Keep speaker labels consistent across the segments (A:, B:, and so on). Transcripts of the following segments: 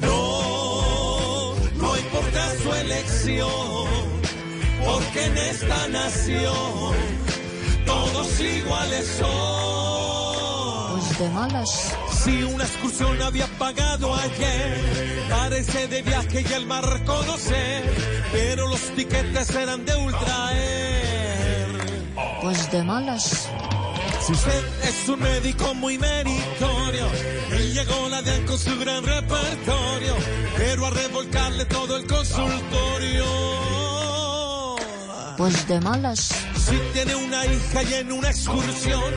A: No, no importa su elección, porque en esta nación todos iguales son.
B: Os demás
A: Si una excursión había pagado ayer, parece de viaje y el mar conocer, pero los tiquetes eran de ultraer.
B: os de malas,
A: Si usted es un médico muy meritorio, él llegó la DEAN con su gran repertorio, pero a revolcarle todo el consultorio.
B: os de malas,
A: Si tiene una hija y en una excursión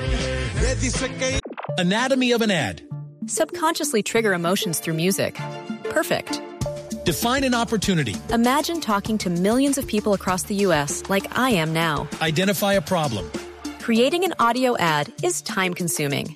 A: le dice que
C: Anatomy of an ad.
D: Subconsciously trigger emotions through music. Perfect.
C: Define an opportunity.
D: Imagine talking to millions of people across the U.S. like I am now.
C: Identify a problem.
D: Creating an audio ad is time consuming.